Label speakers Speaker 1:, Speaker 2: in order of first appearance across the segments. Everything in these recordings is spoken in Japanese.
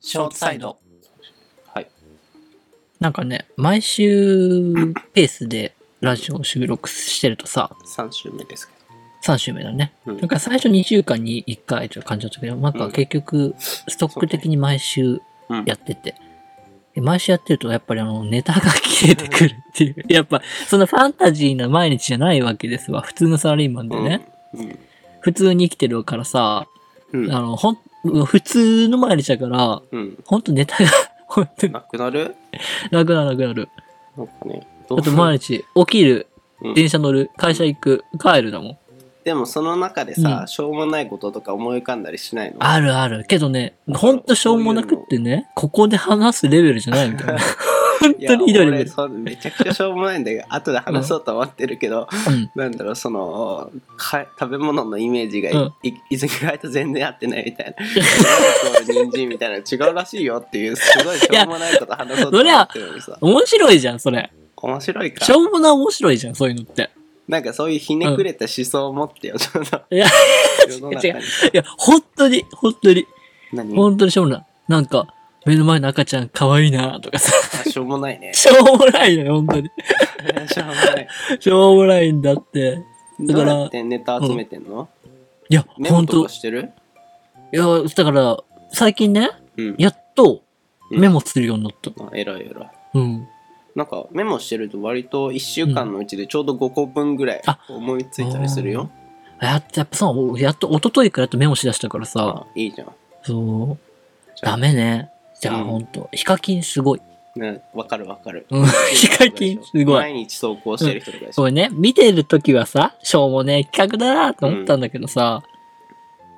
Speaker 1: ショートサイド。
Speaker 2: はい。
Speaker 3: なんかね、毎週ペースでラジオを収録してるとさ、
Speaker 2: 3週目ですけ
Speaker 3: 3週目だね。
Speaker 2: ど。うん
Speaker 3: なんか最初2週間に1回という感じだったけど、なんか結局ストック的に毎週
Speaker 2: うん
Speaker 3: やってて。で毎週やってるとやっぱりあのネタが切れてくるっていう。やっぱそのファンタジーな毎日じゃないわけですわ。普通のサラリーマンでね。
Speaker 2: うん。
Speaker 3: 普通に生きてるからさ、
Speaker 2: うん。
Speaker 3: あの、ほん、普通の毎日だから、
Speaker 2: うん。
Speaker 3: ほんとネタが本当に
Speaker 2: なくなる
Speaker 3: なくなるなくなる。
Speaker 2: なんかね。
Speaker 3: だって毎日起きる
Speaker 2: うん、
Speaker 3: 電車乗る、会社行く、帰るだもん。
Speaker 2: でもその中でさ、
Speaker 3: うん
Speaker 2: しょうもないこととか思い浮かんだりしないの
Speaker 3: あるある。けどね、ほんとしょうもなくってね、ここで話すレベルじゃないみたいな。 本
Speaker 2: い
Speaker 3: 当
Speaker 2: や
Speaker 3: にひどいレベ
Speaker 2: 俺
Speaker 3: ル。
Speaker 2: そうめちゃくちゃしょうもないんだけど後で話そうと思ってるけど、
Speaker 3: うん。
Speaker 2: なんだろうそのか食べ物のイメージがい、
Speaker 3: うん
Speaker 2: い意外と全然合ってないみたいな トマト人参みたいな違うらしいよっていうすごいしょうもないこと話そうと思ってるのにさ
Speaker 3: 面白いじゃん、それ。
Speaker 2: 面白いか
Speaker 3: しょうもな面白いじゃん、そういうのって。
Speaker 2: なんかそういうひねくれた思想を持ってよ、ちょっと
Speaker 3: いや
Speaker 2: 世の中
Speaker 3: 違
Speaker 2: に
Speaker 3: いや、本当に、本当に、
Speaker 2: 何
Speaker 3: 本当にしょうもない。なんか、目の前の赤ちゃん可愛いなとかさ、
Speaker 2: あしょうもないね
Speaker 3: しょうもないのよ、本当に。
Speaker 2: しょうもない
Speaker 3: しょうもないんだって。だ
Speaker 2: ど
Speaker 3: か
Speaker 2: う
Speaker 3: ら
Speaker 2: やってネタ集めてんの、
Speaker 3: いや、
Speaker 2: メモ
Speaker 3: 本
Speaker 2: と
Speaker 3: 当
Speaker 2: かしてる
Speaker 3: いや、だから、最近ね、
Speaker 2: うん
Speaker 3: やっと
Speaker 2: うん
Speaker 3: メモするようになった。
Speaker 2: あ偉い偉い
Speaker 3: うん。
Speaker 2: なんかメモしてると割と1週間のうちでちょうど5個分ぐらい
Speaker 3: あ
Speaker 2: 思いついたりするよ。
Speaker 3: やっやっぱさ、やっと、一昨日からやっとメモしだしたからさ、
Speaker 2: あいいじゃん。
Speaker 3: そう。
Speaker 2: じゃあ
Speaker 3: ダメね。じゃあ、
Speaker 2: うん
Speaker 3: ほんと。ヒカキンす ごい。
Speaker 2: ね、わかるわかる。
Speaker 3: うん。 ヒカキンすごい。
Speaker 2: 毎日投稿してる人とかでしょ
Speaker 3: これね、見てるときはさ、しょうもねえ企画だなと思ったんだけどさ、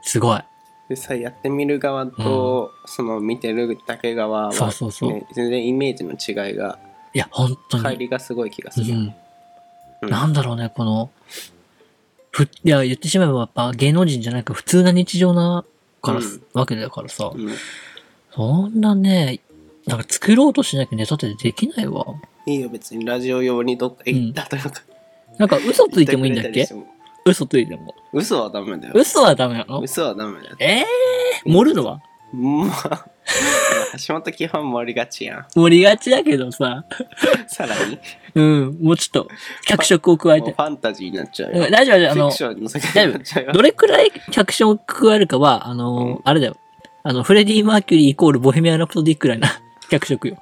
Speaker 3: すごい。
Speaker 2: でさ、やってみる側と、その見てるだけ側は、
Speaker 3: そうそうそう
Speaker 2: ね全然イメージの違いが、
Speaker 3: いや、本当
Speaker 2: 乖
Speaker 3: に。
Speaker 2: 離がすごい気が
Speaker 3: う
Speaker 2: する。
Speaker 3: ん。
Speaker 2: うん
Speaker 3: なんだろうね、この、ふ、いや、言ってしまえばやっぱ芸能人じゃなく普通な日常な、からす、わけだからさ、
Speaker 2: うん
Speaker 3: そんなね、なんか作ろうとしなきゃネタってできないわ。
Speaker 2: いいよ、別にラジオ用にどっか行ったとか、
Speaker 3: なんか嘘ついてもいいんだっ
Speaker 2: 言
Speaker 3: け
Speaker 2: てくれたりしても
Speaker 3: 嘘ついても。
Speaker 2: 嘘はダメだよ。
Speaker 3: 嘘はダメなの
Speaker 2: 嘘はダメだよ。
Speaker 3: ええー、盛るのは
Speaker 2: まあ、橋本基本盛りがちやん。
Speaker 3: 盛りがちだけどさ。
Speaker 2: さらに、
Speaker 3: うん、もうちょっと、脚色を加え
Speaker 2: もう
Speaker 3: て
Speaker 2: フ。ァンタジーになっちゃうよ
Speaker 3: う。ん大丈夫、大丈夫。あ
Speaker 2: フィ
Speaker 3: の
Speaker 2: ク、ションの世界になっちゃうよ
Speaker 3: どれくらい脚色を加えるかは、あのー
Speaker 2: うん
Speaker 3: あれだよ。あの、フレディ・マーキュリーイコールボヘミアン・ラプソディくらいな脚色 よ。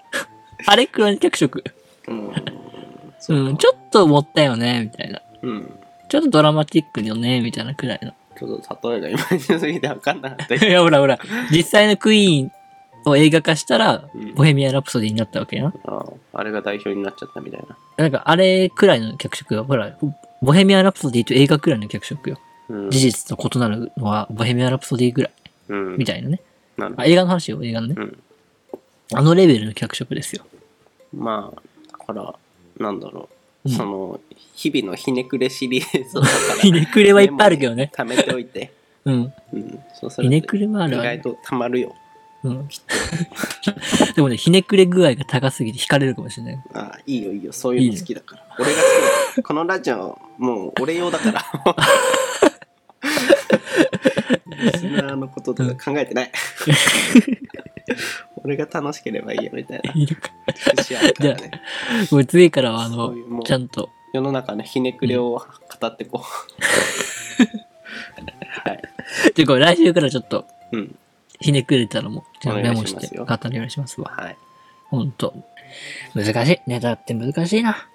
Speaker 3: あれくらいの脚色。
Speaker 2: うん
Speaker 3: うん、ちょっともったよね、みたいな。
Speaker 2: うん。
Speaker 3: ちょっとドラマティックよね、みたいなくらいの。
Speaker 2: ちょっと例えが今まですぎて分かんなかった
Speaker 3: い
Speaker 2: け
Speaker 3: や、ほらほら、実際のクイーンを映画化したら
Speaker 2: うん、
Speaker 3: ボヘミアン・ラプソディになったわけやな。
Speaker 2: ど、ああれが代表になっちゃったみたいな。
Speaker 3: なんか、あれくらいの脚色が、ほら、ボヘミアン・ラプソディという映画くらいの脚色よ。
Speaker 2: うん。
Speaker 3: 事実と異なるのは、ボヘミアン・ラプソディぐらい、
Speaker 2: うん
Speaker 3: み。たいなね。
Speaker 2: なるほ
Speaker 3: あ映画の話よ、映画のね。
Speaker 2: どうん。
Speaker 3: あのレベルの脚色ですよ。
Speaker 2: まあ、だから、なんだろ
Speaker 3: うん
Speaker 2: う。その、日々のひねくれシリーズをだから
Speaker 3: ひねくれはいっぱいあるけどね。
Speaker 2: メモに貯めておいて。
Speaker 3: うん。
Speaker 2: うん。そうす
Speaker 3: ひ
Speaker 2: ると
Speaker 3: ねくれはあ
Speaker 2: 意
Speaker 3: るわ、
Speaker 2: 外と溜まるよ。
Speaker 3: うん。 でもね、ひねくれ具合が高すぎて惹かれるかもしれない。
Speaker 2: ああ、いいよいいよ。そういうの好きだから。俺が好きだから。このラジオ、もう俺用だから。リスナーのこととか考え てない。俺が楽しければいいよみたいな。
Speaker 3: いいのか
Speaker 2: 節あるからね。
Speaker 3: もう次からは、あ
Speaker 2: そ
Speaker 3: の
Speaker 2: ういうもう、
Speaker 3: ちゃんと、
Speaker 2: 世の中のひねくれを語って こ
Speaker 3: ていうか来週からちょっと、
Speaker 2: う。うん。
Speaker 3: ひねくれたのも、ちゃんとメモして、
Speaker 2: お願いしますよ
Speaker 3: 語るようにしますわ。
Speaker 2: はい。
Speaker 3: ほんと。難しい。ネタって難しいな。